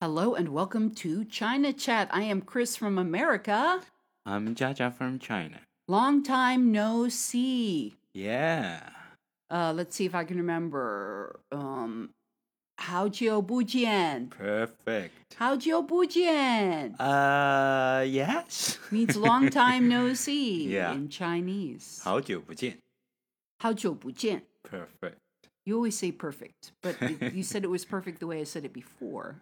Hello and welcome to China Chat. I am Chris from America. I'm Jaja from China. Long time no see. Yeah. Uh, let's see if I can remember. Um, Haojiu Bujian. Perfect. Haojiu Bujian Uh, yes. means long time no see Yeah. in Chinese. 好久不见. Haojiu Bujian. Perfect. You always say perfect, but it, you said it was perfect the way I said it before.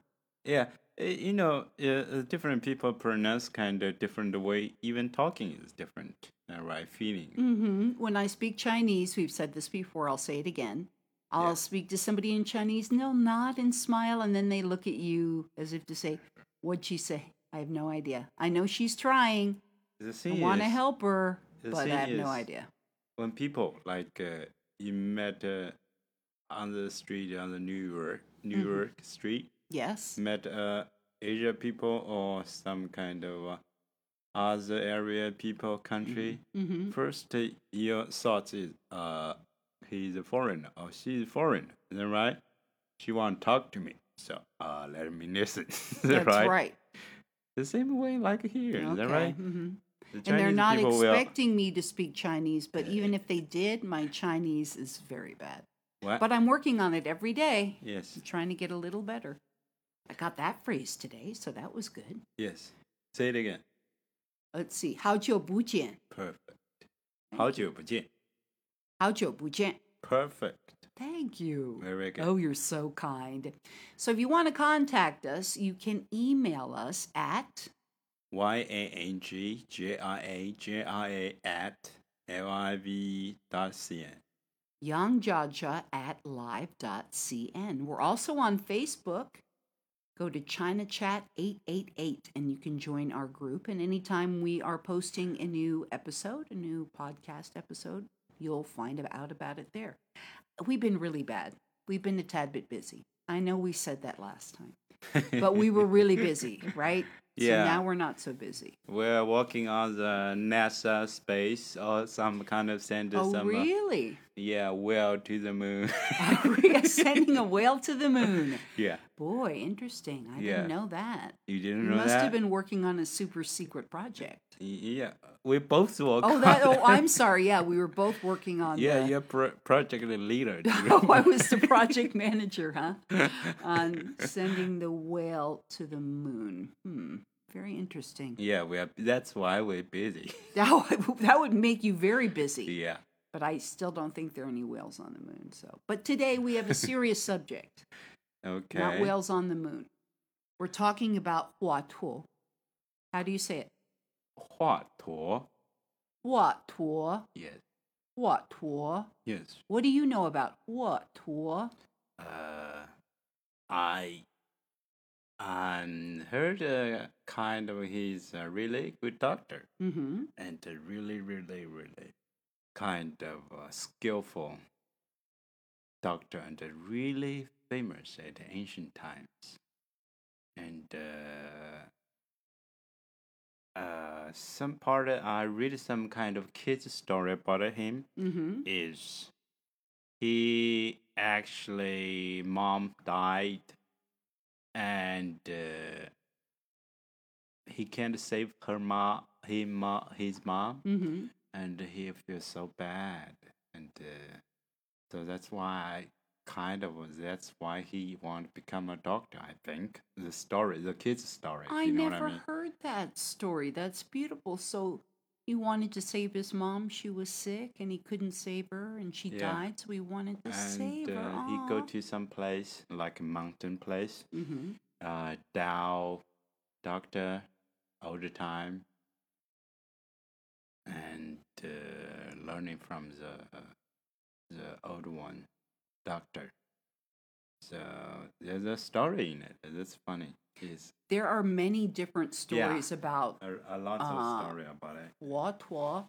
Yeah. uh, You know, uh, uh, different people pronounce kind of different way. Even talking is different, uh, right? Feeling. hmm When I speak Chinese, we've said this before, I'll say it again. I'll Yeah. speak to somebody in Chinese and they'll nod and smile, and then they look at you as if to say, What'd she say? I have no idea. I know she's trying. The I thing want to is, help her, the but I thing have no is- idea. when people like uh, you met uh, on the street on the New York New Mhm. York street, Yes. met uh, Asia people or some kind of uh, other area people country. Mm-hmm. First, uh, your thought is uh, he's a foreigner or she's foreign. Is that right? She want to talk to me, so uh, let me listen. Is that That's right. The same way like here. Is that Okay, right? mhm. The And they're Chinese not people will- expecting me to speak Chinese, but even if they did, my Chinese is very bad. What? But I'm working on it every day. yes, trying to get a little better. I got that phrase today, so that was good. yes. Say it again. Let's see. 好久不见. perfect. 好久不见. "好久不见." Perfect. Thank you. Very good. Oh, you're so kind. So if you want to contact us, you can email us at Y A N G J I A J I A at L I V dot C N. youngjaja at live.cn. We're also on Facebook. Go to China Chat 888 and you can join our group. And anytime we are posting a new episode, a new podcast episode, you'll find out about it there. We've been really bad. We've been a tad bit busy. I know we said that last time, but we were really busy, right? Yeah. So now we're not so busy. We're working on the NASA space or some kind of send oh, some uh, really? yeah well to the moon. we are sending a whale to the moon. yeah, Boy, interesting. I Yeah. didn't know that. you didn't You know must that. have been working on a super secret project. Y- Yeah, we both work. Oh, on that. Oh, I'm sorry. Yeah, we were both working on. Yeah, the- you're pro- project leader. Oh, I was the project manager, huh? On sending the whale to the moon. Hmm. Very interesting. yeah, we are. That's why we're busy. That would, that would make you very busy. yeah. But I still don't think there are any whales on the moon. So, but today we have a serious subject. Okay. Not whales on the moon. We're talking about huatuo. How do you say it? 华佗. Huatuo. Yes. Huatuo. Yes. What do you know about what tour? Uh, I um heard uh, kind of he's a really good doctor Mm-hmm. and a really really really kind of uh, skillful doctor and a really famous at ancient times and uh, uh some part uh, I read some kind of kids story about him Mm-hmm. is he actually mom died and uh, he can't save her ma his, ma- his mom Mm-hmm. and he feels so bad and uh, so that's why kind of that's why he want to become a doctor i think the story the kid's story I you know never what i mean heard that story. That's beautiful. So he wanted to save his mom. She was sick and he couldn't save her and she Yeah. died. So he wanted to save and her. uh, he go to some place like a mountain place mm-hmm. uh, Dow doctor all the time and uh, learning from the the old one doctor. So there's a story in it. That's funny. It's There are many different stories about a, a lot Ah. of story about it. Huatuo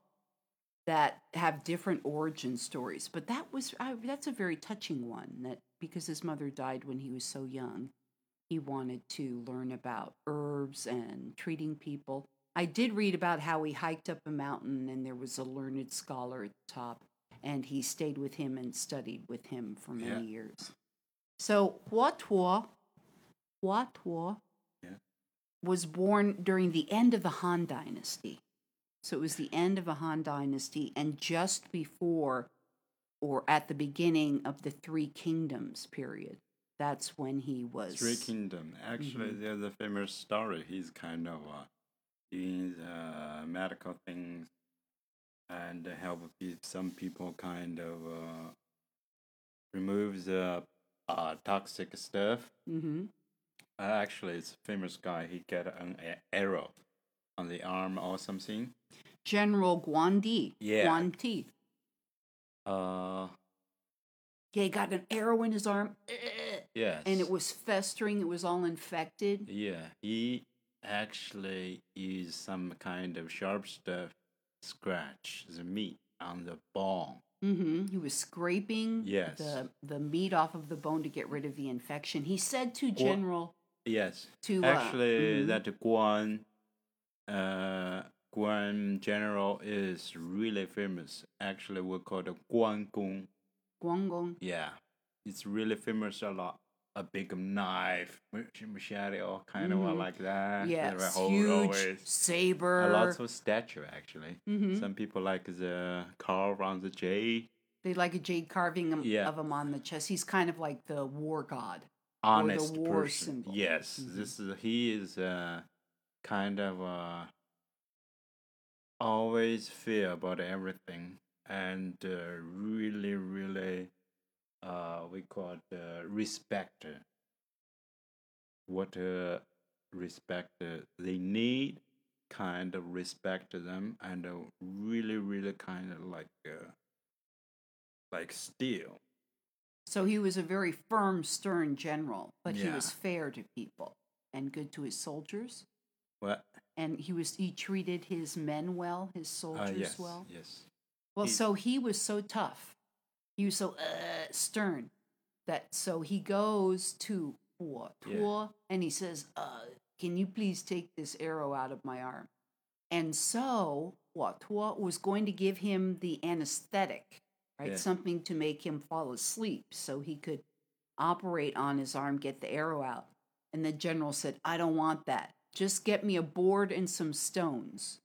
that have different origin stories. But that was I, that's a very touching one. That because his mother died when he was so young, he wanted to learn about herbs and treating people. I did read about how he hiked up a mountain and there was a learned scholar at the top, and he stayed with him and studied with him for many Yeah. years. So Huatuo Hua Tuo Yeah. was born during the end of the Han Dynasty. So it was the end of the Han Dynasty and just before or at the beginning of the Three Kingdoms period. That's when he was. Three Kingdom. Actually, Mhm. there's a famous story. He's kind of uh, doing uh, medical things and help pe- some people kind of uh, remove the uh, toxic stuff. hmm Uh, actually, it's a famous guy. He got an a- arrow on the arm or something. General Guan Di. Yeah. Guan Ti. Uh, Yeah, he got an arrow in his arm. eh, yes. And it was festering. It was all infected. Yeah, he actually used some kind of sharp stuff, scratch the meat on the bone. hmm He was scraping Yes. the, the meat off of the bone to get rid of the infection. He said to General, Yes, to. uh, actually, mhm. that Guan, uh, Guan general is really famous. Actually, we call it Guan Gong. Guang Gong. Yeah, it's really famous a lot. A big knife, mach- machete, all kind of Mhm. like that. They Yes, hold huge always. saber. A lots of statue actually. Mhm. Some people like the carve on the jade They like a jade carving of- Yeah. of him on the chest. He's kind of like the war god. honest war person. symbol. Yes, Mhm. this is he is uh, kind of uh, always fear about everything and uh, really, really, uh, we call it uh, respect. What uh, respect uh, they need, kind of respect them, and uh, really, really kind of like uh, like steel. So he was a very firm, stern general, but he Yeah. was fair to people and good to his soldiers. What? And he was he treated his men well, his Uh, soldiers yes. well. Yes. Well, He- so he was so tough. He was so uh, stern that so he goes to Tuo Yeah. Tuo and he says, uh, "Can you please take this arrow out of my arm?" And so Hua Tuo was going to give him the anesthetic, right? Yeah. Something to make him fall asleep so he could operate on his arm, get the arrow out. And the general said, "I don't want that. Just get me a board and some stones."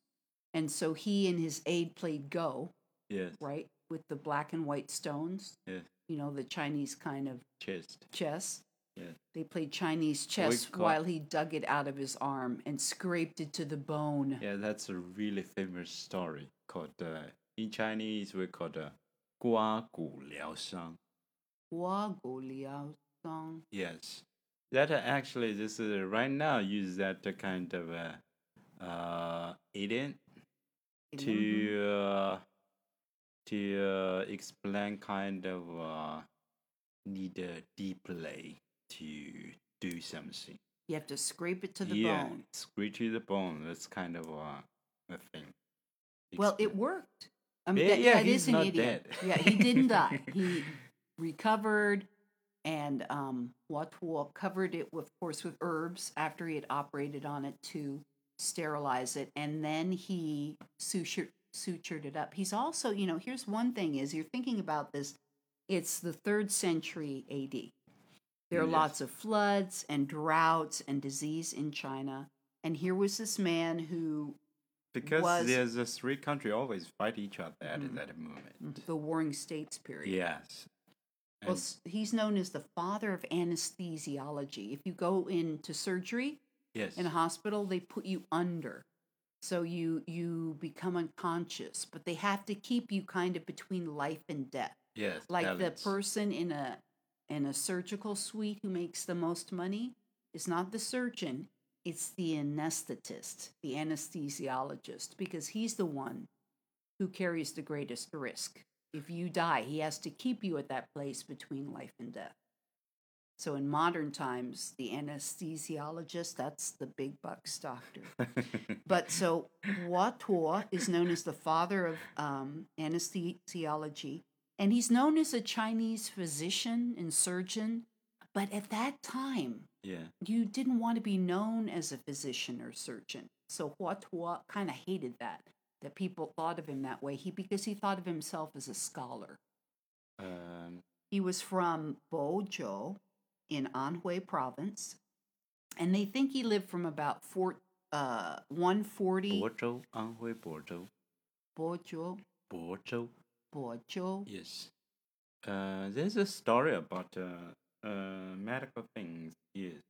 And so he and his aide played go, Yes. right? With the black and white stones. Yes. You know, the Chinese kind of Chest. chess. Yeah. They played Chinese chess call- while he dug it out of his arm and scraped it to the bone. Yeah, that's a really famous story called uh, in Chinese we call the Gua Gu Liao Shang. Hua gu liao song. Yes, that uh, actually this is right now use that uh, kind of uh, uh idiom Mm-hmm. to uh, to uh, explain kind of uh, need a deeply to do something. You have to scrape it to the yeah, bone. screech to the bone. That's kind of uh, a thing. Well, Expl- it worked. I mean, Yeah, that, yeah, that he's is an not idiot. dead. Yeah, he didn't die. He recovered, and um, Watuo covered it, with, of course, with herbs after he had operated on it to sterilize it, and then he sutured, sutured it up. He's also, you know, here's one thing: is you're thinking about this, it's the third century A.D. There are Yes. lots of floods and droughts and disease in China. And here was this man who Because was- there's a three country always fight each other at Mhm. that moment. the Warring States period. Yes. Well, And- s- he's known as the father of anesthesiology. If you go into surgery yes. in a hospital, they put you under. So you you become unconscious, but they have to keep you kind of between life and death. yes. Like balance. the person in a in a surgical suite who makes the most money is not the surgeon, it's the anesthetist, the anesthesiologist because he's the one who carries the greatest risk. If you die, he has to keep you at that place between life and death. So in modern times, the anesthesiologist, that's the big bucks doctor. But so Watua is known as the father of um, anesthesiology, and he's known as a Chinese physician and surgeon. But at that time, yeah. you didn't want to be known as a physician or surgeon. So Watua kind of hated that that people thought of him that way. He because he thought of himself as a scholar. Um, He was from Bojo in Anhui province, And they think he lived from about four, uh, 140. 亳州, Anhui 亳州, Bojo, 亳州. Bojo. Yes. Uh, there's a story about uh, uh, medical things. Yes.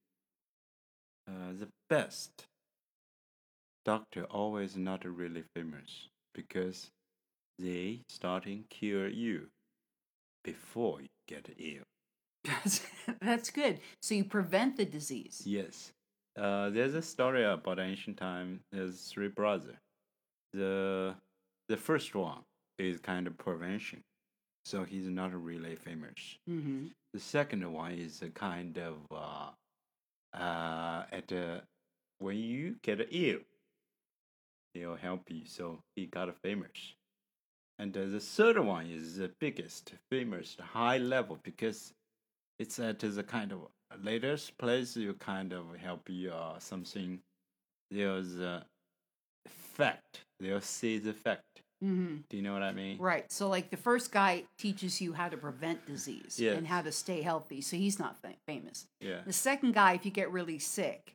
Uh, the best doctor always not really famous because they starting cure you before you get ill. That's, that's good. So you prevent the disease. Yes. Uh, there's a story about ancient time. There's three brothers. The the first one is kind of prevention, so he's not really famous. Mm-hmm. The second one is a kind of uh, uh, at uh, when you get ill, they'll help you. So he got famous. And uh, the third one is the biggest, famous, high level because it's at the kind of latest place you kind of help you uh, something. There's a fact. They'll see the fact. Mm-hmm. Do you know what I mean? Right. So, like, the first guy teaches you how to prevent disease Yes. and how to stay healthy. So he's not fa- famous. Yeah. The second guy, if you get really sick,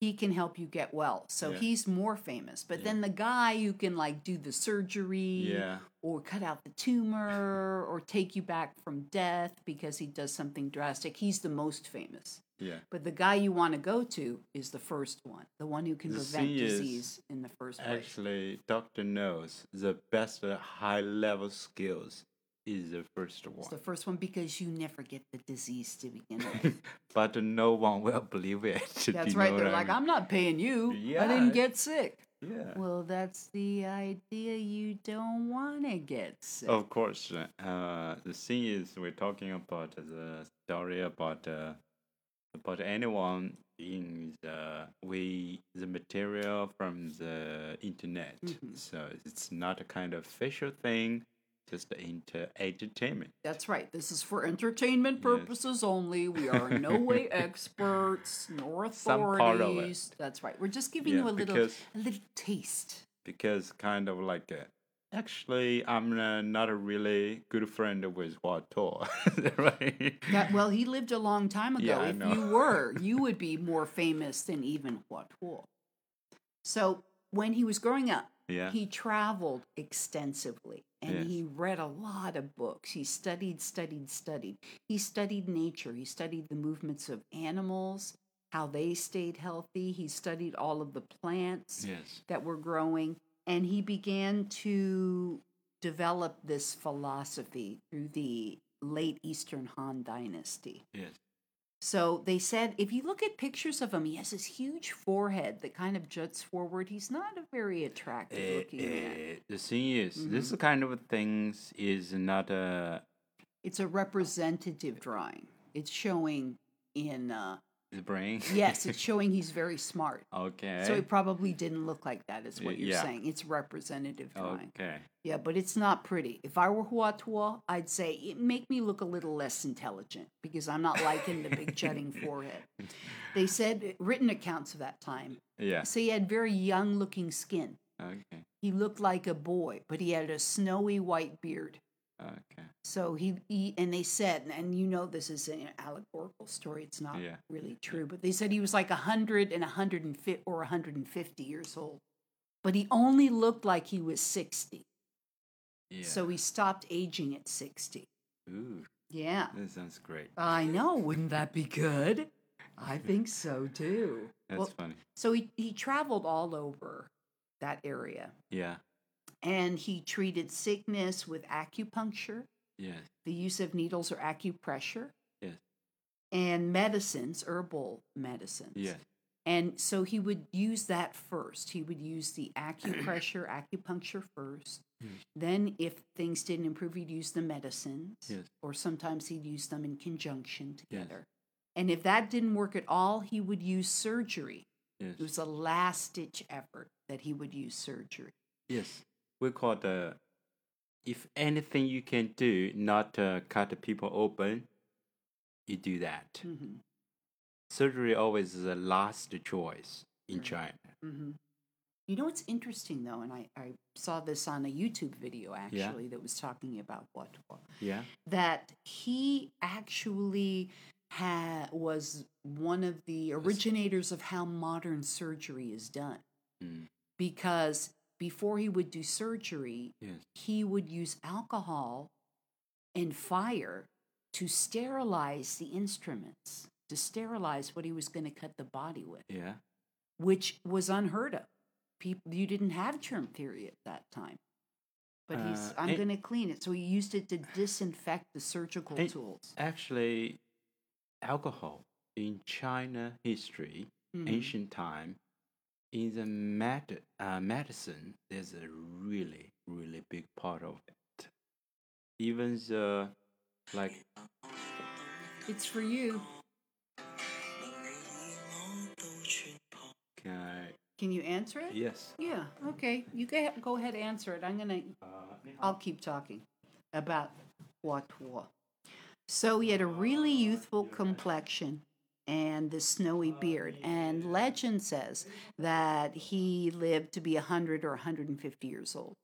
he can help you get well. So Yeah. he's more famous. But Yeah. then the guy who can, like, do the surgery Yeah. or cut out the tumor or take you back from death because he does something drastic, he's the most famous. Yeah. But the guy you want to go to is the first one, the one who can The prevent thing is, disease in the first place. Actually, doctor knows the best high level skills is the first one. It's the first one because you never get the disease to begin with. but no one will believe it. Do That's you right. know They're what I like, mean? I'm not paying you. I Yeah. didn't get sick. Yeah. Well, that's the idea. You don't want to get sick. Of course. Uh, the thing is, we're talking about the story about uh, about anyone in the we the material from the internet. Mhm. So it's not a kind of official thing, just inter entertainment. That's right. This is for entertainment purposes only. We are in no way experts nor Some authorities. part of it. That's right. We're just giving Yeah, you a little because- a little taste. because kind of like uh actually I'm uh, not a really good friend with Wator, right? That, well, he lived a long time ago. Yeah, I if know. you were, you would be more famous than even Huat Ho. So when he was growing up, yeah, he traveled extensively and Yes. he read a lot of books. He studied, studied, studied. He studied nature. He studied the movements of animals, how they stayed healthy. He studied all of the plants yes, that were growing. And he began to develop this philosophy through the late Eastern Han Dynasty. yes, So they said, if you look at pictures of him, he has this huge forehead that kind of juts forward. He's not a very attractive Eh, looking man. Mm-hmm. eh, the thing is, this kind of things is not uh, It's a representative drawing. It's showing in, uh, the brain. yes, it's showing he's very smart. okay. So he probably didn't look like that, is what you're Eh? Yeah. Oh, saying. It's representative drawing. okay. Yeah, but it's not pretty. If I were Huatua, I'd say it make me look a little less intelligent because I'm not liking the big jutting forehead. They said written accounts of that time. Yeah. So he had very young looking skin. Okay. He looked like a boy, but he had a snowy white beard. Okay. So he, he and they said, and you know this is an allegorical story. It's not Yeah. really true, but they said he was like a hundred and a hundred and fifty or a hundred and fifty years old, but he only looked like he was sixty. Yeah. So he stopped aging at 60. Ooh, Yeah. that sounds great. I know. Wouldn't that be good? I think so too. That's Well, funny. so he, he traveled all over that area Yeah. and he treated sickness with acupuncture, Yes. the use of needles or acupressure. Yes. And medicines, herbal medicines. Yeah. And so he would use that first. He would use the acupressure, acupuncture first. Mm. Then, if things didn't improve, he'd use the medicines, Yes. or sometimes he'd use them in conjunction Yes. together. And if that didn't work at all, he would use surgery. It Yes. was a last ditch effort that he would use surgery. Yes, we call the if anything you can do not uh, cut the people open, you do that. Mhm, Surgery always is the last choice in Right. China. mhm. You know what's interesting though, and I, I saw this on a YouTube video actually that was talking about what Yeah. that he actually ha- was one of the originators of how modern surgery is done. Mm. Because before he would do surgery, Yes. he would use alcohol and fire to sterilize the instruments, to sterilize what he was going to cut the body with, Yeah. which was unheard of. People, you didn't have germ theory at that time. But he's, Uh, I'm and- going to clean it. So he used it to disinfect the surgical and- tools. Actually, alcohol in China history, Mhm. ancient time, in the med- uh, medicine, there's a really, really big part of it. Even the, like, It's for you. can I? Can you answer it? uh, Yes. Yeah, okay. You go ahead, go ahead answer it. I'm going to Uh, I'll keep talking about Watua. So he had a really youthful complexion and the snowy beard. And legend says that he lived to be 100 or 150 years old.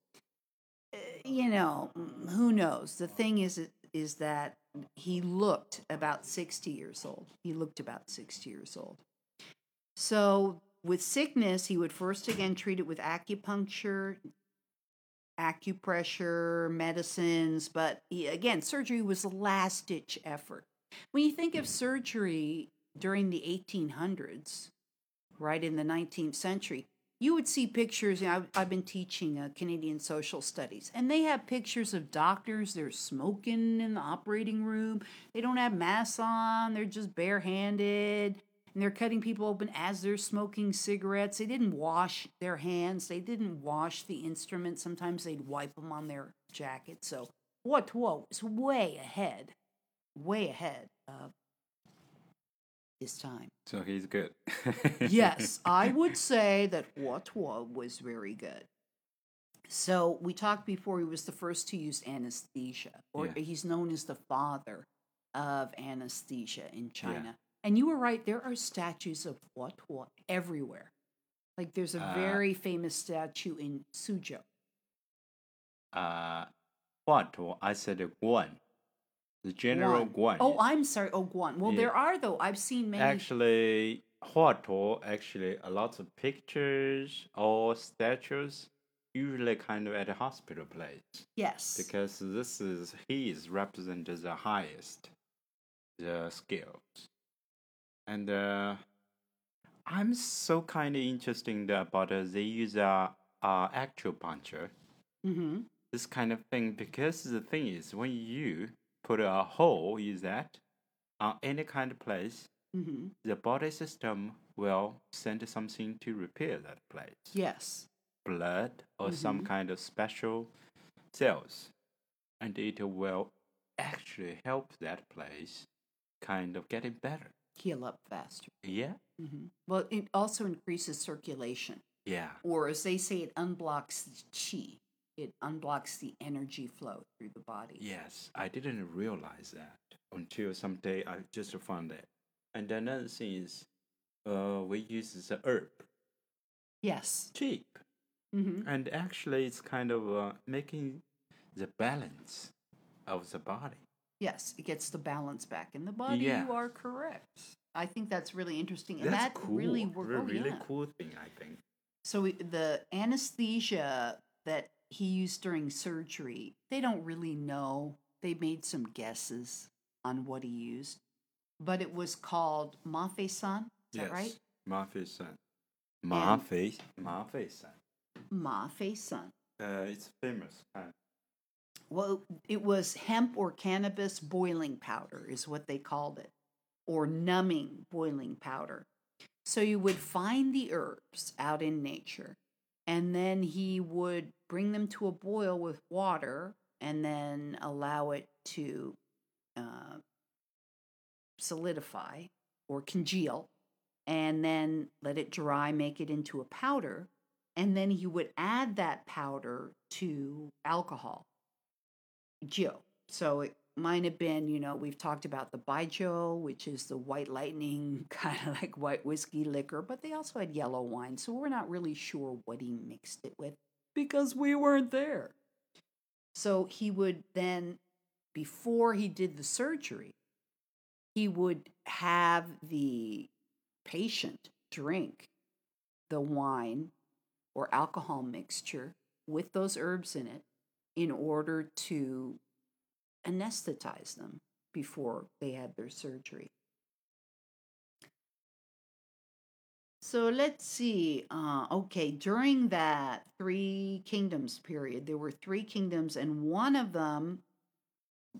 Uh, You know, who knows? The thing is, is that he looked about 60 years old. He looked about 60 years old. So with sickness, he would first again treat it with acupuncture, acupressure, medicines, but he- again, surgery was a last ditch effort. When you think of surgery during the 1800s, right in the 19th century, you would see pictures. I've, I've been teaching uh, Canadian social studies, and they have pictures of doctors. They're smoking in the operating room. They don't have masks on. They're just barehanded and they're cutting people open as they're smoking cigarettes. They didn't wash their hands. They didn't wash the instruments. Sometimes they'd wipe them on their jacket. So what what was way ahead, way ahead of his time. so he's good. yes, I would say that Watwa was very good. So we talked before he was the first to use anesthesia, or Yeah. he's known as the father of anesthesia in China. And you were right; there are statues of Watwa everywhere. Like there's a Uh, very famous statue in Suzhou. uh, what? I said one. The general Guan. Guan. Oh, is- I'm sorry. Oh, Guan. Well, Yeah. there are though. I've seen many. Actually, Huato, actually, a lot of pictures or statues, usually kind of at a hospital place, yes. because this is, he is represented the highest, the skills. And uh, I'm so kind of interested about uh, they use a uh, uh, actual puncher mm-hmm. this kind of thing because the thing is when you put a hole use that on any kind of place Mm-hmm. the body system will send something to repair that place Yes. blood or some kind of special cells and it will actually help that place kind of getting better Heal up faster. yeah hmm Well, it also increases circulation, yeah or as they say, it unblocks the chi. It unblocks the energy flow through the body. Yes, I didn't realize that until someday I just found it. And another thing is, uh, we use the herb Yes. cheap, hmm and actually it's kind of uh, making the balance of the body. Yes, it gets the balance back in the body. Yeah. You are correct. I think that's really interesting, and That's that cool. really worked. Re- oh, really yeah. cool thing, I think. So we- the anesthesia that he used during surgery, they don't really know. They made some guesses on what he used, but it was called mafesan. Is that right? Mafei-san. Mafei. Mafei-san. Mafesan. Uh, it's famous. kind. Well, it was hemp or cannabis boiling powder, is what they called it, or numbing boiling powder. So you would find the herbs out in nature, and then he would bring them to a boil with water and then allow it to uh, solidify or congeal, and then let it dry, make it into a powder. And then he would add that powder to alcohol. Jill. So it might have been, you know, we've talked about the Baijiu, which is the white lightning, kind of like white whiskey liquor, but they also had yellow wine. So we're not really sure what he mixed it with because we weren't there. So he would then, before he did the surgery, he would have the patient drink the wine or alcohol mixture with those herbs in it in order to anesthetize them before they had their surgery. So let's see. Uh, okay, during that three kingdoms period, there were three kingdoms, and one of them,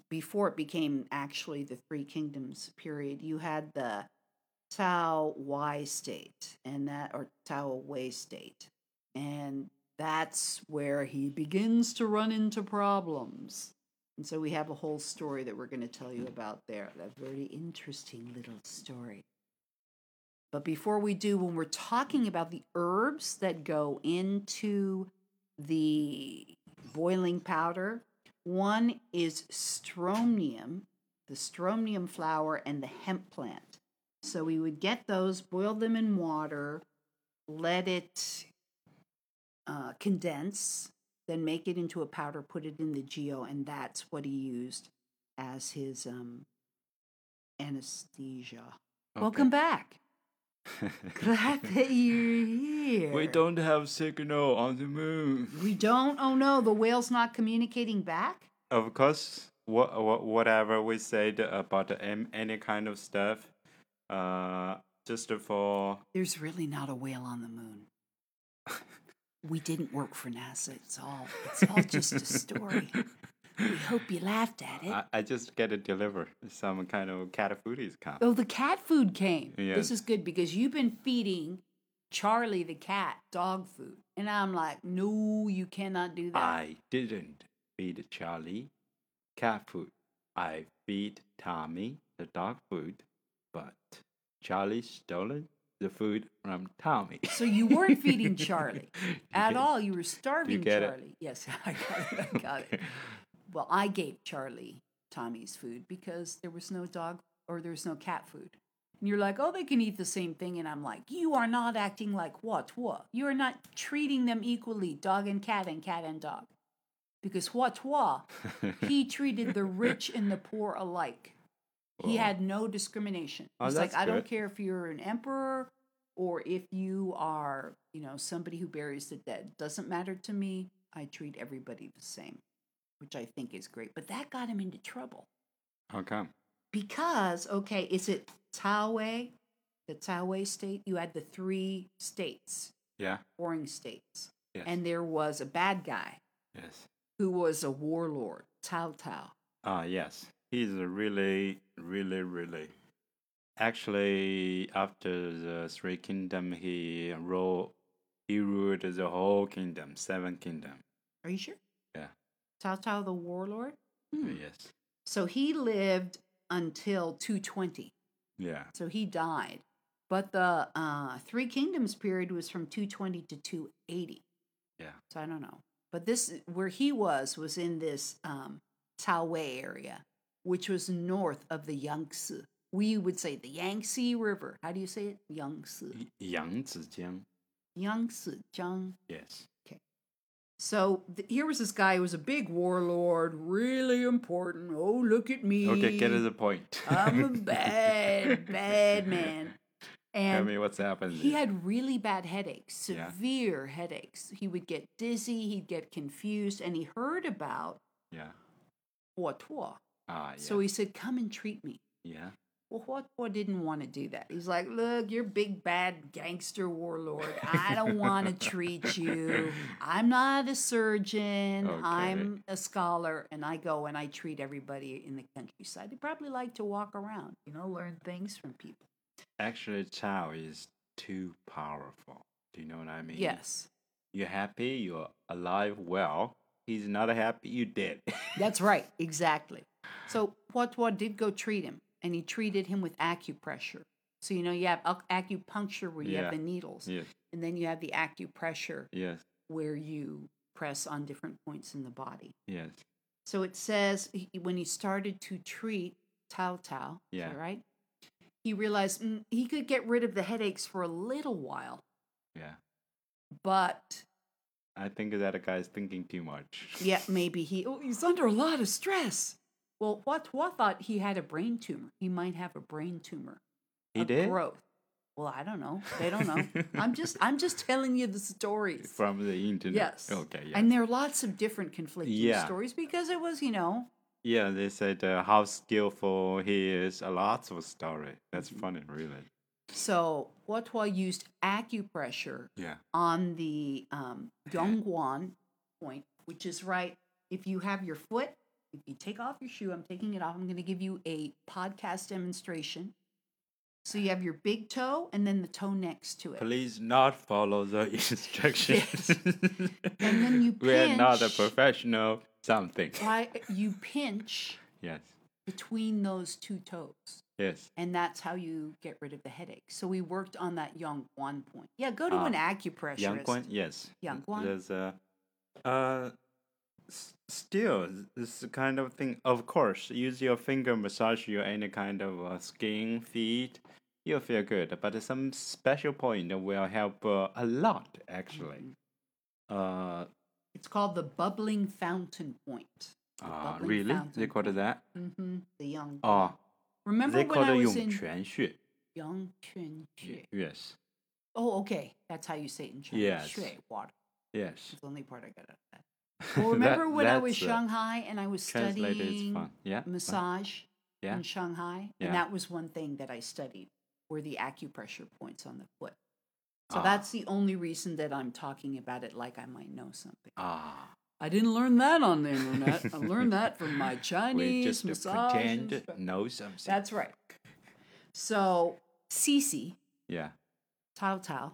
before it became actually the three kingdoms period, you had the Tao Y state, and that or Tao Wei state, and that's where he begins to run into problems. And so we have a whole story that we're going to tell you about there. A very interesting little story. But before we do, when we're talking about the herbs that go into the boiling powder, one is strontium, the strontium flower, and the hemp plant. So we would get those, boil them in water, let it uh, condense, then make it into a powder, put it in the geo, and that's what he used as his um, anesthesia. Okay. Welcome back. Glad that you're here. we don't have signal on the moon. We don't. Oh no, the whale's not communicating back. Of course, what, what whatever we said about um, any kind of stuff, uh, just for There's really not a whale on the moon. We didn't work for NASA. It's all. It's all just a story. We hope you laughed at it. I, I just get it delivered. Some kind of cat food is come. Oh, the cat food came. This Yes. is good because you've been feeding Charlie the cat dog food, and I'm like, no, you cannot do that. I didn't feed Charlie cat food. I feed Tommy the dog food, but Charlie stolen the food from Tommy. So you weren't feeding Charlie at all. You were starving get it? Charlie. Yes, I got it. I got it. Well, I gave Charlie Tommy's food because there was no dog or there was no cat food. And you're like, oh, they can eat the same thing. And I'm like, you are not acting like what? What? You are not treating them equally, dog and cat and cat and dog. Because what? What? He treated the rich and the poor alike. He Well. had no discrimination. Oh, He's like, that's I don't good. care if you're an emperor or if you are, you know, somebody who buries the dead. Doesn't matter to me. I treat everybody the same, which I think is great. But that got him into trouble How come? because, okay, is it Taoe, the Taoe state? You had the three states, Yeah. warring states, Yes. and there was a bad guy yes. who was a warlord, Tao Tao. Ah, yes. He's a really, really, really. Actually, after the three kingdom, he ruled. He ruled the whole kingdom, seven kingdom. Are you sure? Yeah. Tao Tao the warlord? Hmm. Yes. So he lived until 220. Yeah. So he died. But the uh, Three Kingdoms period was from 220 to 280. Yeah. So I don't know. But this, where he was, was in this um, Taoei area, which was north of the Yangtze. We would say the Yangtze River. How do you say it? Yangtze. Y- Yang Zijiang. Yangtze, Jiang. Yes. So th- here was this guy who was a big warlord, really important. Oh, look at me. Okay, get to the point. I'm a bad, bad man. Tell And me what's happened. he had really bad headaches, Yeah. severe headaches. He would get dizzy, he'd get confused, and he heard about yeah. Hua Tua. Ah, yeah. So he said, Come and treat me. yeah. Well, Hua Tua didn't want to do that. He's like, Look, you're big, bad gangster warlord. I don't want to treat you. I'm not a surgeon. Okay. I'm a scholar, and I go and I treat everybody in the countryside. They probably like to walk around, you know, learn things from people. Actually, Chao is too powerful. Do you know what I mean? Yes. You're happy, you're alive, well. He's not happy, you dead. That's right, exactly. So Poitou did go treat him, and he treated him with acupressure. So you know you have ac- acupuncture where you Yeah. have the needles, yes. and then you have the acupressure Yes. where you press on different points in the body. Yes. So it says he, when he started to treat Tao Tao, is Yeah. that right? He realized mm, he could get rid of the headaches for a little while, Yeah. but I think that guy's thinking too much. yeah, maybe he oh, he's under a lot of stress. Well, Huatua thought he had a brain tumor. He might have a brain tumor. He a did growth. Well, I don't know. They don't know. I'm just I'm just telling you the stories. from the internet. Yes. Okay. Yeah. And there are lots of different conflicting Yeah. stories because it was, you know, yeah. They said uh, how skillful he is. A lot of story. That's Mm-hmm. funny, really. so Huatua used acupressure Yeah. on the um, Yeah. Dongguan point, which is right. If you have your foot, if you take off your shoe, I'm taking it off. I'm going to give you a podcast demonstration. So you have your big toe and then the toe next to it. Please not follow the instructions. And then you We're not a pinch. professional something. Why you pinch Yes. between those two toes. Yes. And that's how you get rid of the headache. So we worked on that Yang Guan point. Yeah, go to an acupressurist. Yangguan, yes. Yangguan. There's a, uh, s- still this kind of thing. Of course, use your finger massage your any kind of uh, skin, feet. You'll feel good, but some special point will help uh, a lot actually. Mm-hmm. Uh, It's called the bubbling fountain point. uh bubbling really? They fountain call it that? Mm-hmm. The Yang. Oh, Remember they when call I it was in Yongquanxue. Yang Chun Shui? Yes, Oh, okay. That's how you say it in Chinese. Yes. Shui, water. yes. It's the only part I got out of that. Well, remember That- when I that's, was uh, Shanghai and I was Translated, it's studying fun. Yeah. fun. massage Yeah. in Shanghai, Yeah. and that was one thing that I studied were the acupressure points on the foot. So Ah. that's the only reason that I'm talking about it like I might know something. Ah. I didn't learn that on the internet. I learned that from my We Chinese just uh, massage. pretend instructor. know something. That's right. So Cece, yeah. Tao Tao,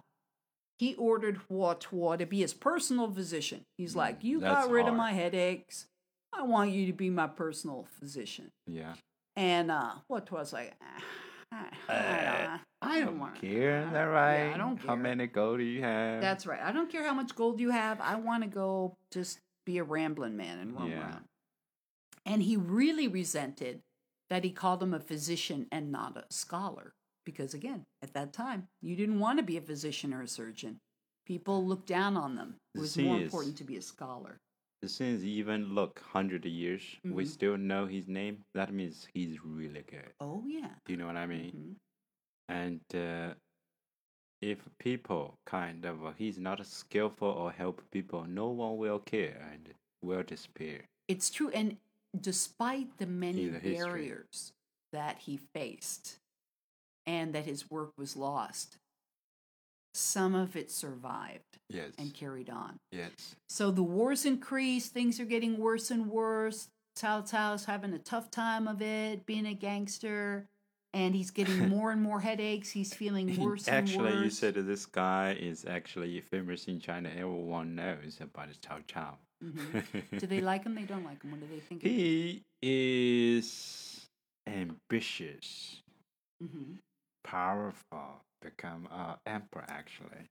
he ordered Hua Tua to be his personal physician. He's like, Mm, You that's got rid hard. of my headaches. I want you to be my personal physician. Yeah. And uh, what was like, "Ah, I, I don't, Uh, I don't want care. I Is that don't- right? Yeah, I don't care. How many gold do you have? That's right. I don't care how much gold you have. I want to go just be a rambling man and roam Yeah. around. And he really resented that he called him a physician and not a scholar. Because again, at that time, you didn't want to be a physician or a surgeon. People looked down on them. It The was thing more is- important to be a scholar. since even look hundred years, we Mhm. still know his name. That means he's really good. Oh, yeah. Do you know what I mean? Mhm. And uh, if people kind of uh, he's not skillful or help people, no one will care and will despair. It's true. And despite the many In the history. barriers that he faced and that his work was lost, some of it survived Yes. and carried on. Yes. So the wars increase, things are getting worse and worse. Cao Cao's having a tough time of it, being a gangster, and he's getting more and more headaches. He's feeling He- worse actually, and worse. you said that this guy is actually famous in China. Everyone knows about Cao Cao. Mhm. Do they like him? They don't like him. What do they think? of him? He is ambitious, Mhm. powerful, become an emperor actually.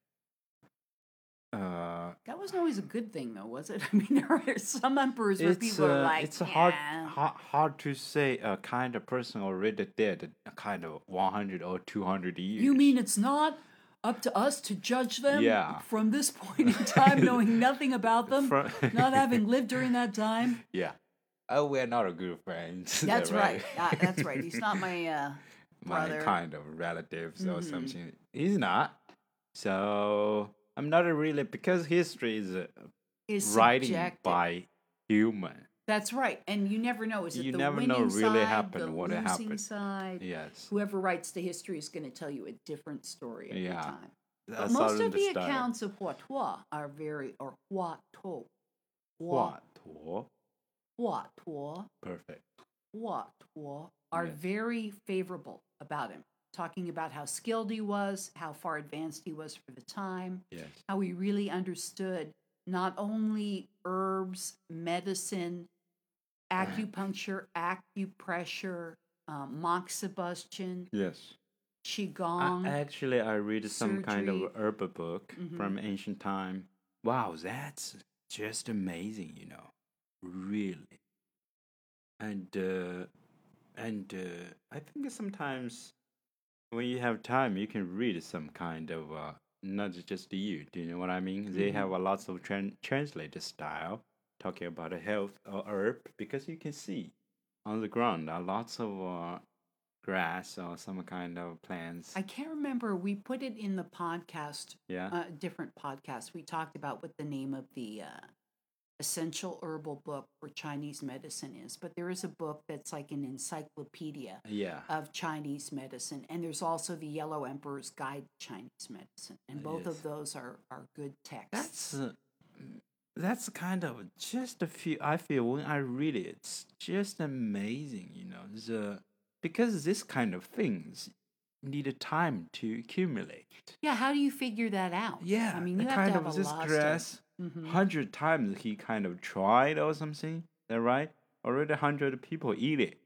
Uh, That wasn't always a good thing, though, was it? I mean, there are some emperors where it's people are uh, like, it's hard, "Yeah." hard hard to say a kind of person already dead, a kind of one hundred or two hundred years. You mean it's not up to us to judge them Yeah. from this point in time, knowing nothing about them, From- not having lived during that time? yeah? Oh, we're not a good friends. That's right. Ah, that's right. He's not my. Uh, my brother. kind of relatives or Mhm. something. He's not. So I'm not really because history is uh, is writing subjective. by human. That's right, and you never know. Is it You the never winning know really side, happened, the what losing happened. side? Yes. Whoever writes the history is going to tell you a different story every Yeah. time. But That's most all of the understand. accounts of Huatua are very or Huatou, Hua tuo. Huatua, Perfect. Huatua are Yes. very favorable about him, talking about how skilled he was, how far advanced he was for the time. Yes. how he really understood not only herbs, medicine, acupuncture, acupressure, um, moxibustion, Yes. I, qigong. actually, I read some kind of surgery. Mm-hmm. herb book from ancient time. Wow, that's just amazing, you know, really. And uh, and uh, I think sometimes when you have time, you can read some kind of uh, not just you. Do you know what I mean? They Mhm. have a lots of tran- translated style talking about a health or herb because you can see on the ground are lots of uh, grass or some kind of plants. I can't remember. We put it in the podcast, yeah. uh, different podcast. We talked about what the name of the uh, essential herbal book for Chinese medicine is, but there is a book that's like an encyclopedia yeah. of Chinese medicine, and there's also the Yellow Emperor's Guide to Chinese Medicine, and Uh, both yes. of those are are good texts. That's uh, that's kind of just a few. I feel when I read it, it's just amazing. You know, the because this kind of things need a time to accumulate. yeah. How do you figure that out? Yeah, I mean, the you have kind to have of a this lot grass. of stuff. Mhm. hundred times he kind of tried or something. Is that right? Already hundred people eat it.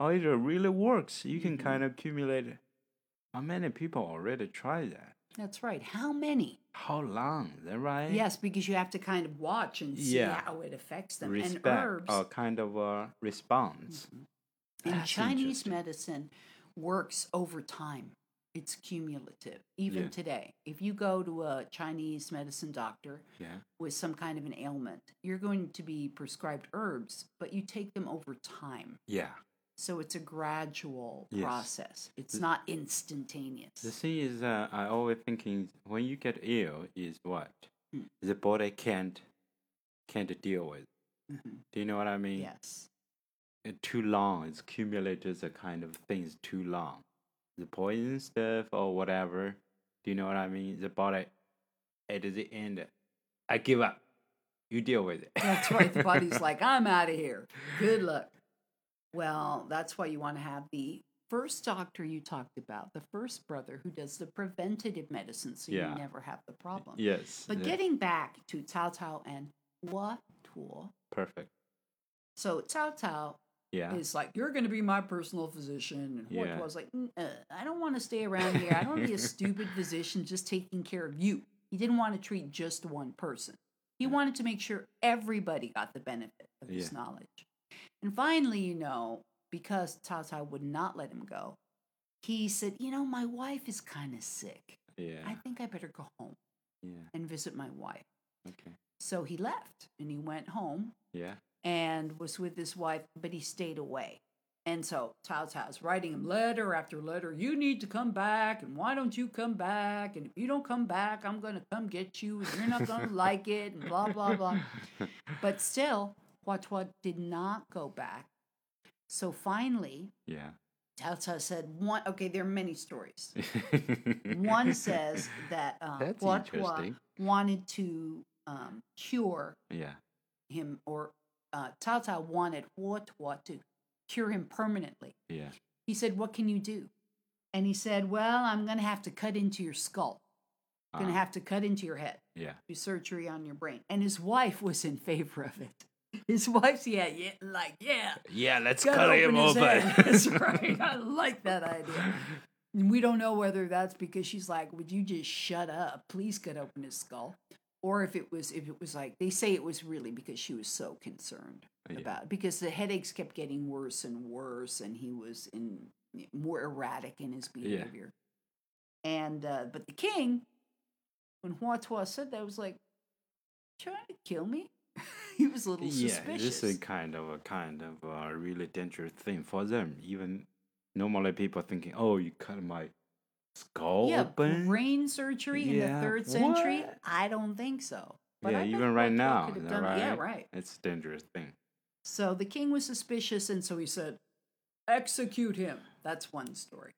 Oh, it really works. You can Mhm. kind of accumulate. How many people already tried that? That's right. How many? How long? Is that right? Yes, because you have to kind of watch and see Yeah. how it affects them. Respect and herbs Mm-hmm. or kind of a response. and That's Uh, Chinese interesting. medicine works over time. It's cumulative, even Yeah. today. If you go to a Chinese medicine doctor Yeah. with some kind of an ailment, you're going to be prescribed herbs, but you take them over time. Yeah. So it's a gradual Yes. process. It's Th- not instantaneous. The thing is, uh, I always thinking when you get ill is what Hmm. the body can't can't deal with. Mhm. Do you know what I mean? Yes. uh, too long. It's accumulated the kind of things too long. The poison stuff or whatever. Do you know what I mean? The body at the end, I give up. You deal with it. That's right. The body's like, I'm out of here. Good luck. Well, that's why you want to have the first doctor you talked about, the first brother who does the preventative medicine so Yeah. you never have the problem. yes. But yeah, getting back to Cao Cao and Hua Tuo. perfect. So Cao Cao Yeah. is like, You're going to be my personal physician. And Hua Yeah. Tuo's like, "N- uh, I don't want to stay around here. I don't want to be a stupid physician just taking care of you. He didn't want to treat just one person. He Yeah. wanted to make sure everybody got the benefit of his Yeah. knowledge. And finally, you know, because Cao Cao would not let him go, he said, You know, my wife is kind of sick. yeah. I think I better go home yeah. and visit my wife. Okay. So he left and he went home Yeah. and was with his wife, but he stayed away. And so Cao Cao's writing him letter after letter. You need to come back, and why don't you come back? And if you don't come back, I'm going to come get you, and you're not going to like it, and blah, blah, blah. But still, Hua Tuo did not go back. So finally, yeah. Cao Cao said, one, okay, there are many stories. One says that uh, That's Hua Tuo interesting. wanted to um, cure Yeah. him or uh, Cao Cao wanted Hua Tuo to cure him permanently. Yeah. He said, What can you do? And he said, Well, I'm going to have to cut into your skull. I'm going Uh, to have to cut into your head, yeah. do surgery on your brain. And his wife was in favor of it. His wife's, yeah, yeah, like, yeah. Yeah. Let's gotta cut him open his open. head. That's right. I like that idea. And we don't know whether that's because she's like, "Would you just shut up? Please cut open his skull," or if it was if it was like they say it was really because she was so concerned Uh, Yeah. about because the headaches kept getting worse and worse, and he was in more erratic in his Yeah. behavior. And uh, but the king, when Hua Tuo said that, was like, "Trying to kill me." he was a little suspicious. this is kind of a kind of a really dangerous thing for them. Even normally people thinking, "Oh, you cut my skull yeah, open." brain surgery in Yeah. the third century? What? I don't think so. yeah, I think even right Hua Tuo now, could have is that done it. Yeah, right? right. It's a dangerous thing. So the king was suspicious, and so he said, "Execute him." That's one story.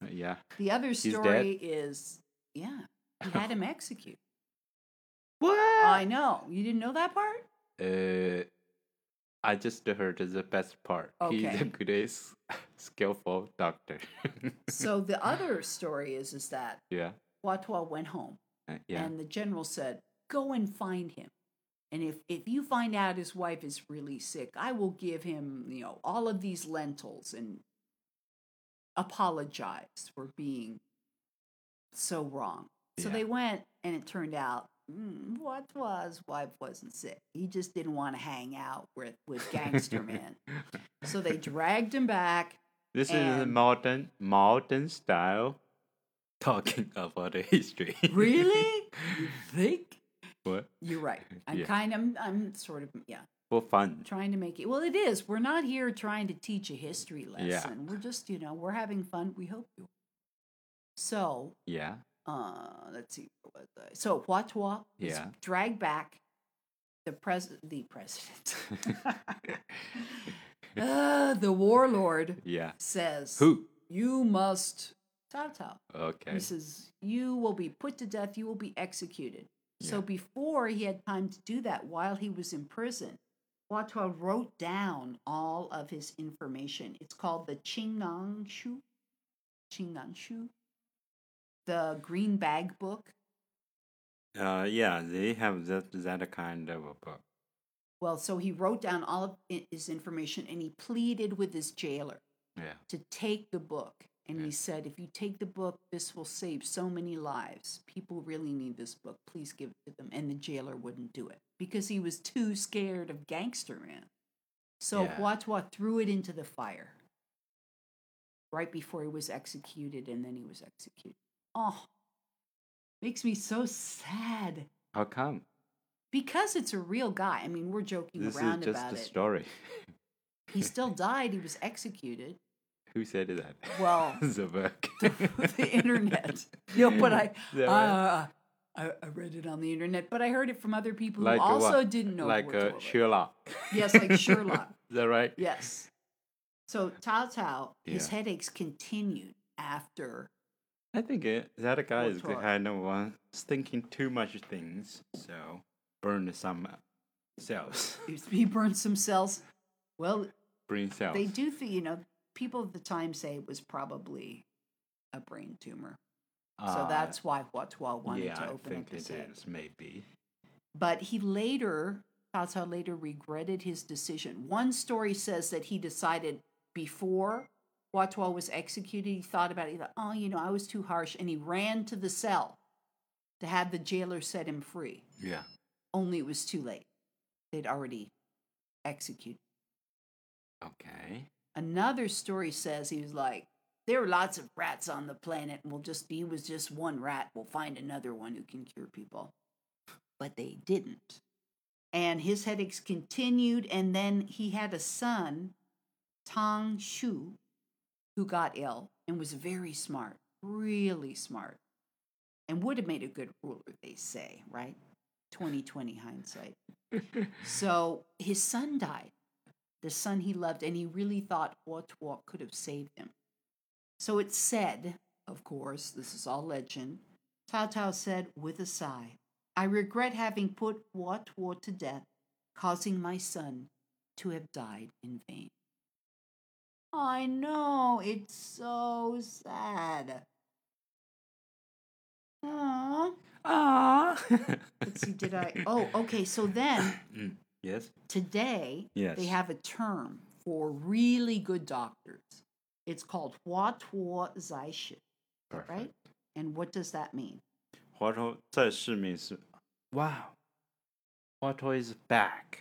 Uh, Yeah, The other dead? story is, yeah, he had Uh, him execute. what? I I, know you didn't know that part. uh, I just heard the best part. He's Okay. a good, s- skillful doctor. So the other story is is that yeah, Hua Tuo went home, uh, yeah, and the general said, "Go and find him." And if, if you find out his wife is really sick, I will give him, you know, all of these lentils and apologize for being so wrong. So Yeah. they went, and it turned out mm, what was wife wasn't sick. He just didn't want to hang out with with gangster men. So they dragged him back. this is the and- modern modern style talking about the history. Really? you think? what? You're right. I'm Yeah. kind. I'm. I'm sort of. Yeah. for fun. trying to make it. Well, it is. We're not here trying to teach a history lesson. Yeah. We're just, you know, we're having fun. We hope you. So, Yeah. uh, let's see. What was I? So, Huatua is Yeah. dragged back. The pres the president, uh, the warlord yeah. says, Who? "You must." Tao Tao. Okay. He says, "You will be put to death. You will be executed." So Yeah. before he had time to do that, while he was in prison, Huatua wrote down all of his information. It's called the Qingnan Shu, Qingnan Shu, the Green Bag Book. Uh, yeah, they have that that kind of a book. Well, so he wrote down all of i- his information, and he pleaded with his jailer Yeah. to take the book. And he Yeah. said, "If you take the book, this will save so many lives. People really need this book. Please give it to them." And the jailer wouldn't do it because he was too scared of gangster man. So Yeah. Huatua threw it into the fire right before he was executed, and then he was executed. Oh, makes me so sad How come? because it's a real guy. I mean, we're joking This is around just about a it. story. He still died. He was executed. Who said that? Well, the book. the internet. No, but I, Yeah, right. uh, I I read it on the internet, but I heard it from other people Like who what? also didn't know. like Wordsworth. uh, Sherlock. Yes, like Sherlock. is that right? Yes. So Tao Tao, his Yeah. headaches continued after. I think it, that guy is Wordsworth. kind of one thinking too much things, so burn some cells, He burned some cells. Well, brain cells. they do think, you know, people at the time say it was probably a brain tumor. so Uh, that's why Huatua wanted yeah, to open I up think his it head. is maybe. But he later, Tata later regretted his decision. One story says that he decided before Watwa was executed, he thought about it. He thought, oh, you know, I was too harsh. And he ran to the cell to have the jailer set him free. Yeah. Only it was too late. They'd already executed. Okay. Another story says he was like, there are lots of rats on the planet, and we'll just, he was just one rat. We'll find another one who can cure people. But they didn't. And his headaches continued, and then he had a son, Tang Shu, who got ill and was very smart, really smart, and would have made a good ruler, they say, right? 2020 hindsight. so his son died the son he loved, and he really thought Otwa could have saved him. So it's said, of course, this is all legend, Tao Tao said with a sigh, I regret having put Otwa to death, causing my son to have died in vain. I know, it's so sad. Aww. Ah. Let's see, did I? Oh, okay, so then Mm, yes. today Yes. they have a term for really good doctors. It's called Huatuo Zaishin, right? Perfect. And what does that mean? Huatou 再是 means wow. Huatou is back,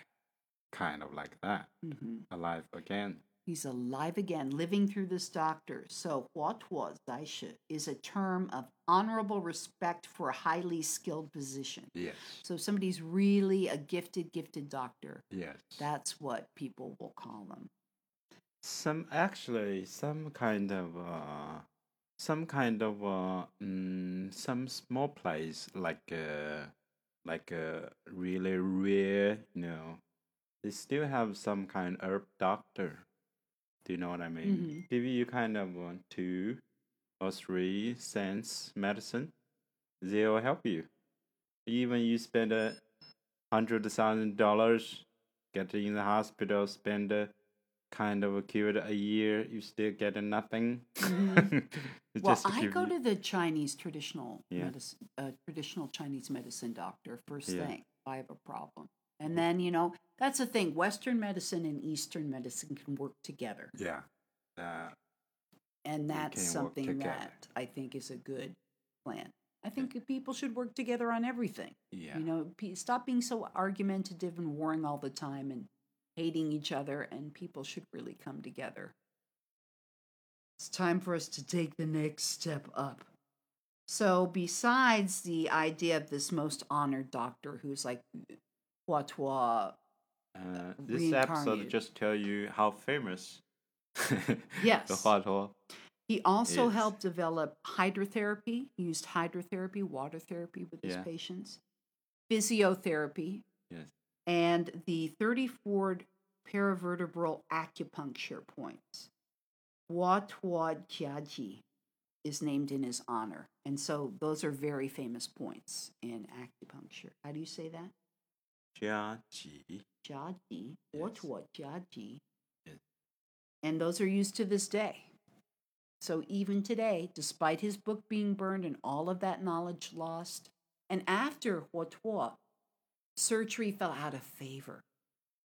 kind of like that, hmm alive again. He's alive again, living through this doctor. So Huatuo Zaishin is a term of honorable respect for a highly skilled position. Yes. So if somebody's really a gifted, gifted doctor, Yes. that's what people will call them. some actually some kind of uh some kind of uh mm, some small place like uh like uh really rare you know they still have some kind herb doctor do you know what i mean Mhm. give you kind of uh, two or three cents medicine they'll help you even you spend a hundred thousand dollars get in the hospital spend uh, kind of cured a year, you still get nothing. Mhm. It's Well, just I give go you- to the Chinese traditional Yeah. medicine, uh, traditional Chinese medicine doctor first Yeah. thing if I have a problem, and then you know that's the thing. Western medicine and Eastern medicine can work together, yeah. Uh, and that's can work something together. that I think is a good plan. I think that people should work together on everything. yeah. You know, pe- stop being so argumentative and warring all the time and hating each other, and people should really come together. It's time for us to take the next step up. So, besides the idea of this most honored doctor who's like Huatua Uh, this episode reincarnated. just tell you how famous the Yes. Huato. He also Yes. helped develop hydrotherapy, he used hydrotherapy, water therapy with his Yeah. patients, physiotherapy, Yes. and the 34 paravertebral acupuncture points. Hua Tuad Jiaji is named in his honor. And so those are very famous points in acupuncture. How do you say that? Jia Ji. Jiaji, Yes. Watuat Jiaji. Yes. And those are used to this day. So even today, despite his book being burned and all of that knowledge lost, and after Huatua, surgery fell out of favor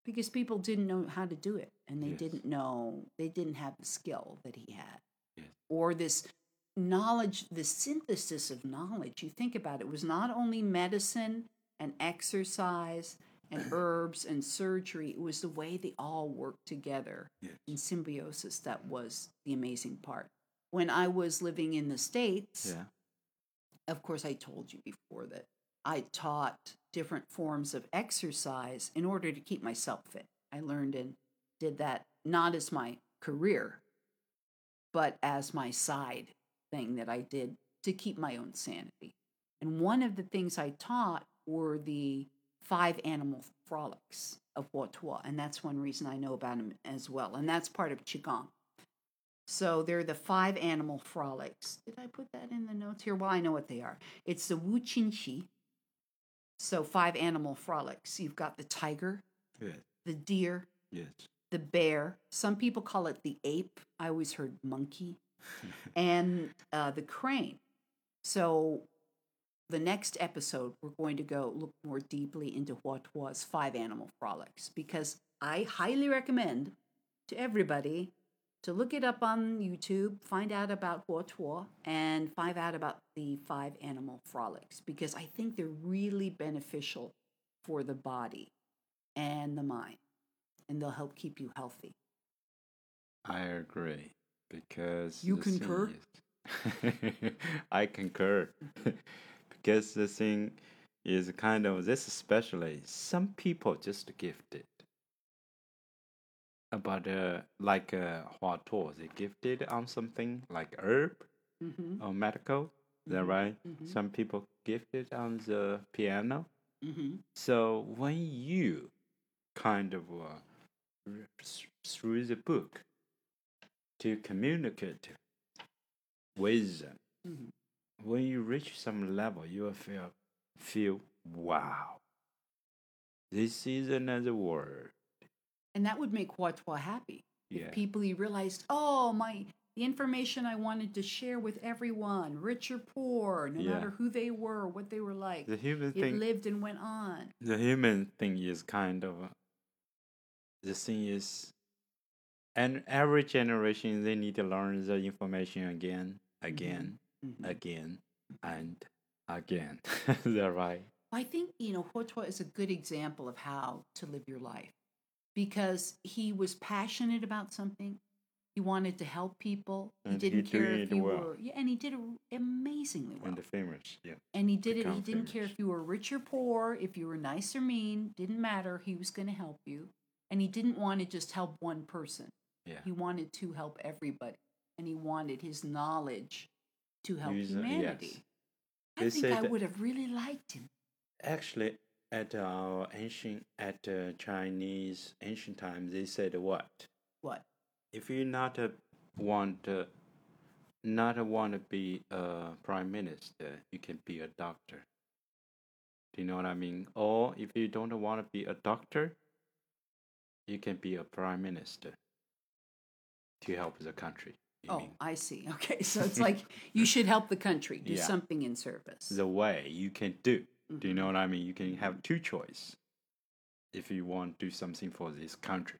because people didn't know how to do it and they Yes. didn't know, they didn't have the skill that he had. Yes. Or this knowledge, the synthesis of knowledge. You think about it, it was not only medicine and exercise and herbs and surgery. It was the way they all worked together in Yes. symbiosis that was the amazing part. When I was living in the States, Yeah. of course, I told you before that I taught different forms of exercise in order to keep myself fit. I learned and did that not as my career, but as my side thing that I did to keep my own sanity. And one of the things I taught were the five animal frolics of Watua. And that's one reason I know about them as well. And that's part of Qigong. So they're the five animal frolics. Did I put that in the notes here? Well, I know what they are. It's the Wu Qin Shi. So five animal frolics. You've got the tiger, Yes. the deer, Yes. the bear. Some people call it the ape. I always heard monkey and uh, the crane. So, the next episode, we're going to go look more deeply into what was Five Animal Frolics because I highly recommend to everybody to look it up on YouTube, find out about what was, and find out about the Five Animal Frolics because I think they're really beneficial for the body and the mind, and they'll help keep you healthy. I agree because You the thing concur? is- I concur because the thing is kind of this especially some people just gifted about uh, like uh, Hua Tuo they gifted on something like herb Mm-hmm. or medical is that Mhm, right mhm. some people gifted on the piano Mm-hmm. so when you kind of uh, r- s- through the book to communicate with them, Mhm. when you reach some level, you will feel feel wow. This is another world. And that would make Huatua happy. Yeah. If people he realized, oh my the information I wanted to share with everyone, rich or poor, no Yeah. matter who they were, what they were like. the human it thing. lived and went on. the human thing is kind of uh, the thing is and every generation they need to learn the information again again Mhm. again and again they're right I think, you know, Huatua is a good example of how to live your life because he was passionate about something. He wanted to help people. And he he didn't care did if it you well. were yeah, and he did it amazingly well. and the famous yeah And he did it. He become didn't care famous. if you were rich or poor, if you were nice or mean, didn't matter. He was going to help you. And he didn't want to just help one person. yeah He wanted to help everybody. And he wanted his knowledge to help Use- humanity. yes. I They think say I that- would have really liked him. actually at our ancient at uh, chinese ancient times they said what What? if you not uh, want to not want to be a prime minister you can be a doctor do you know what i mean or if you don't want to be a doctor you can be a prime minister to help the country you Oh, mean. I see. Okay. So it's like you should help the country, do Yeah. something in service. the way you can do do you Mhm. know what i mean you can have two choice if you want to do something for this country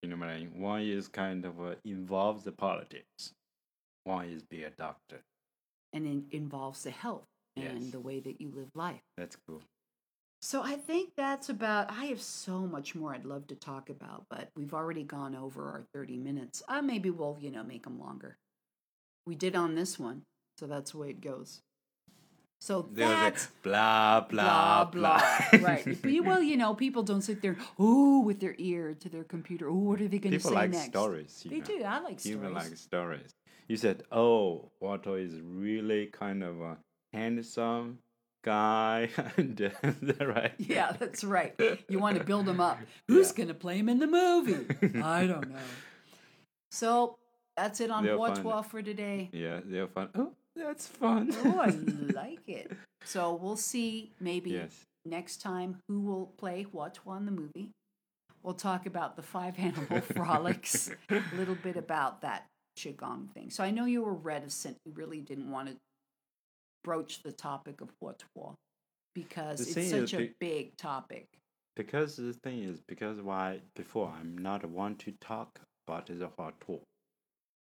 you know what i mean one is kind of uh, involve the politics one is be a doctor And it involves the health and Yes. the way that you live life. that's cool So I think that's about. I have so much more I'd love to talk about, but we've already gone over our 30 minutes. Uh, maybe we'll, you know, make them longer. We did on this one, so that's the way it goes. So They were like, that's blah, blah, blah. right. But, you- well, you know, people don't sit there, ooh, with their ear to their computer. Ooh, what are they going to say People like next? stories. You They know. do. I like People stories. like stories. You said, oh, Walter is really kind of a handsome guy. and uh, is that right? yeah, that's right. You want to build them up. Who's Yeah. going to play him in the movie? I don't know. So that's it on They'll Bois find Trois for today. Yeah, they're fun. Oh, that's fun. Oh, I like it. So we'll see maybe yes. next time who will play what in the movie. We'll talk about the five animal frolics, a little bit about that Qigong thing. So I know you were reticent. You really didn't want to broach the topic of Watwa because The it's thing is such a be- big topic. Because the thing is, because why before I'm not one to talk about the hot tour.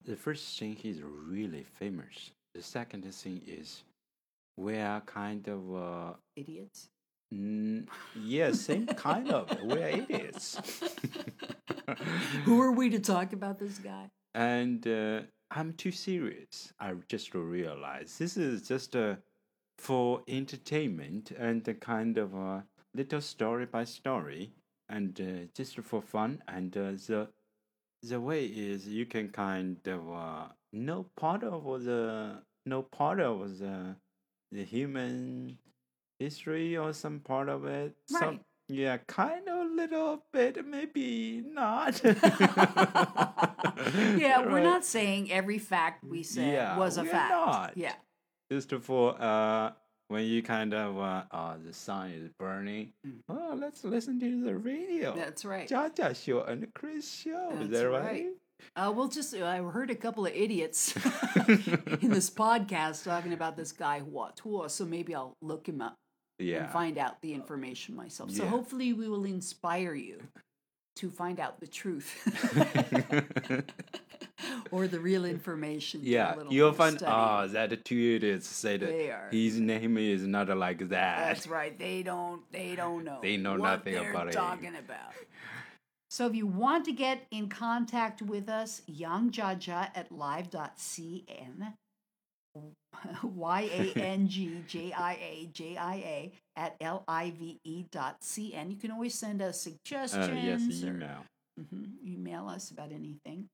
The first thing is really famous. The second thing is we are kind of uh, Idiots. n- yeah, same kind of we are idiots. Who are we to talk about this guy? and uh, I'm too serious. I just realized this is just uh, for entertainment and a kind of a little story by story, and uh, just for fun. And uh, the the way is you can kind of uh, know part of the know part of the the human history or some part of it. Some, Right. yeah, kind of little bit, maybe not. Yeah, we're Right. not saying every fact we said Yeah, was a we're fact. not. Yeah. Just for uh, when you kind of uh, uh the sun is burning. Mm. Oh, let's listen to the radio. That's right. Jaja show and Chris show. That's is that right. right? Uh, well, just I heard a couple of idiots in this podcast talking about this guy Huatua, so maybe I'll look him up yeah. and find out the information myself. So Yeah. hopefully, we will inspire you to find out the truth or the real information. through a yeah, little you'll bit of find study. ah that two idiots said They are- his name is not like that. That's right. They don't. They don't know. They know what nothing they're about it. Talking about. So if you want to get in contact with us, yangjaja at live.cn, Y-A-N-G-J-I-A-J-I-A at L-I-V-E E dot C-N. You can always send us Uh, suggestions yes, or email. Mhm, email us about anything.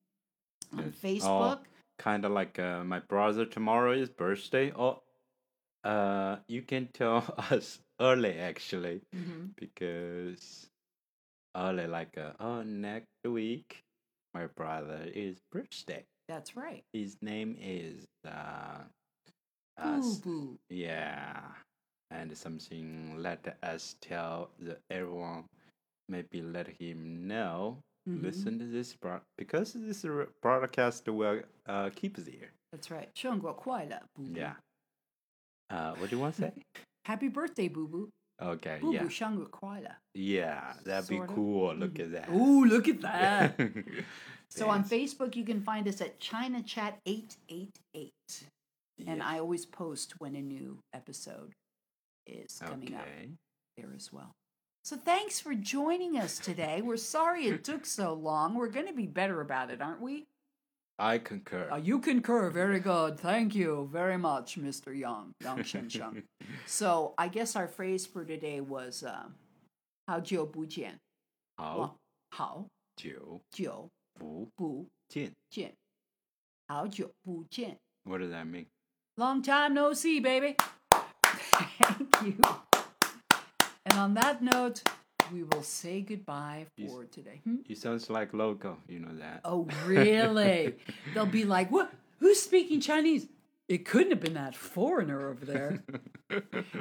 On Yes. Facebook, Oh, kind of like uh, my brother tomorrow is birthday. Oh, uh, you can tell us early actually mhm, because early like uh, oh next week my brother is birthday. that's right. His name is uh, uh Boo s- boo. yeah, and something let us tell the everyone. Maybe let him know. Mhm, Listen to this broad because this r- broadcast will uh keep there. That's right. 炫过快乐, boo boo. Yeah. Uh, what do you want to say? Happy birthday, Boo Boo. okay. Boo yeah. Boo Shangri Kwaila. Yeah. That'd be Sorta. Mm-hmm. cool. Look at that. Ooh, look at Yeah. that. so on Facebook, you can find us at China Chat 888. And I always post when a new episode is coming up okay. there as well. So thanks for joining us today. We're sorry it took so long. We're going to be better about it, aren't we? I concur. Uh, you concur. Very good. Thank you very much, Mr. Yang, Yang Shensheng. so I guess our phrase for today was um, Hao Jiu Bu Jian. How Hao do Jiu bu Bu jin? Jin. How Jin. What does that mean? Long time no see, baby. Thank you. And on that note, we will say goodbye Yes. for today. Hmm? You sounds like local. You know that. Oh, really? They'll be like, what? Who's speaking Chinese? It couldn't have been that foreigner over there.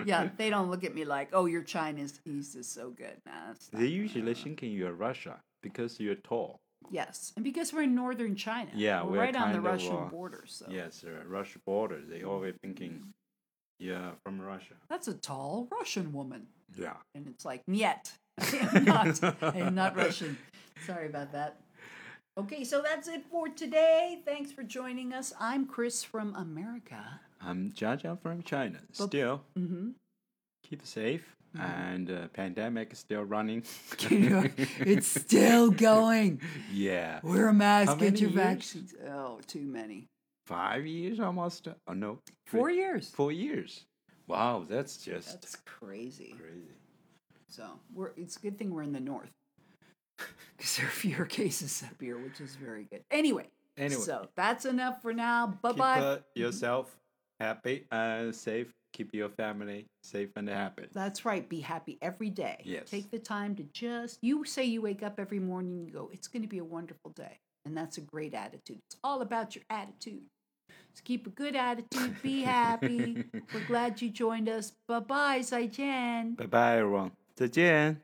yeah, they don't look at me like, oh, your Chinese. He's is so good. Nah, it's not- They usually thinking you're Russia because you're tall. yes. And because we're in northern China, Yeah, we're, we're right on the kind of, Russian uh, border. So Yes, uh, Russia border. They always thinking you're from Russia. that's a tall Russian woman. Yeah. And it's like, yet. I'm not, I'm not Russian. Sorry about that. Okay, so that's it for today. Thanks for joining us. I'm Chris from America. I'm Jaja from China. But- Mm-hmm. Still, hmm keep safe. And uh, pandemic is still running. it's still going. yeah. Wear a mask, How get many your years? vaccines. Oh, too many. Five years almost. Oh, no. Four years. Four years. Wow, that's just That's crazy. crazy. So we're it's a good thing we're in the north because there are fewer cases up here, which is very good. Anyway, Anyway, so that's enough for now. Bye keep bye. uh, yourself happy and safe. Keep your family safe and happy. That's right. Be happy every day. Yes. Take the time to just, you say you wake up every morning, you go, it's going to be a wonderful day. And that's a great attitude. It's all about your attitude. So keep a good attitude. Be happy. We're glad you joined us. Bye bye, Zai Jen. Bye bye, everyone. 再见。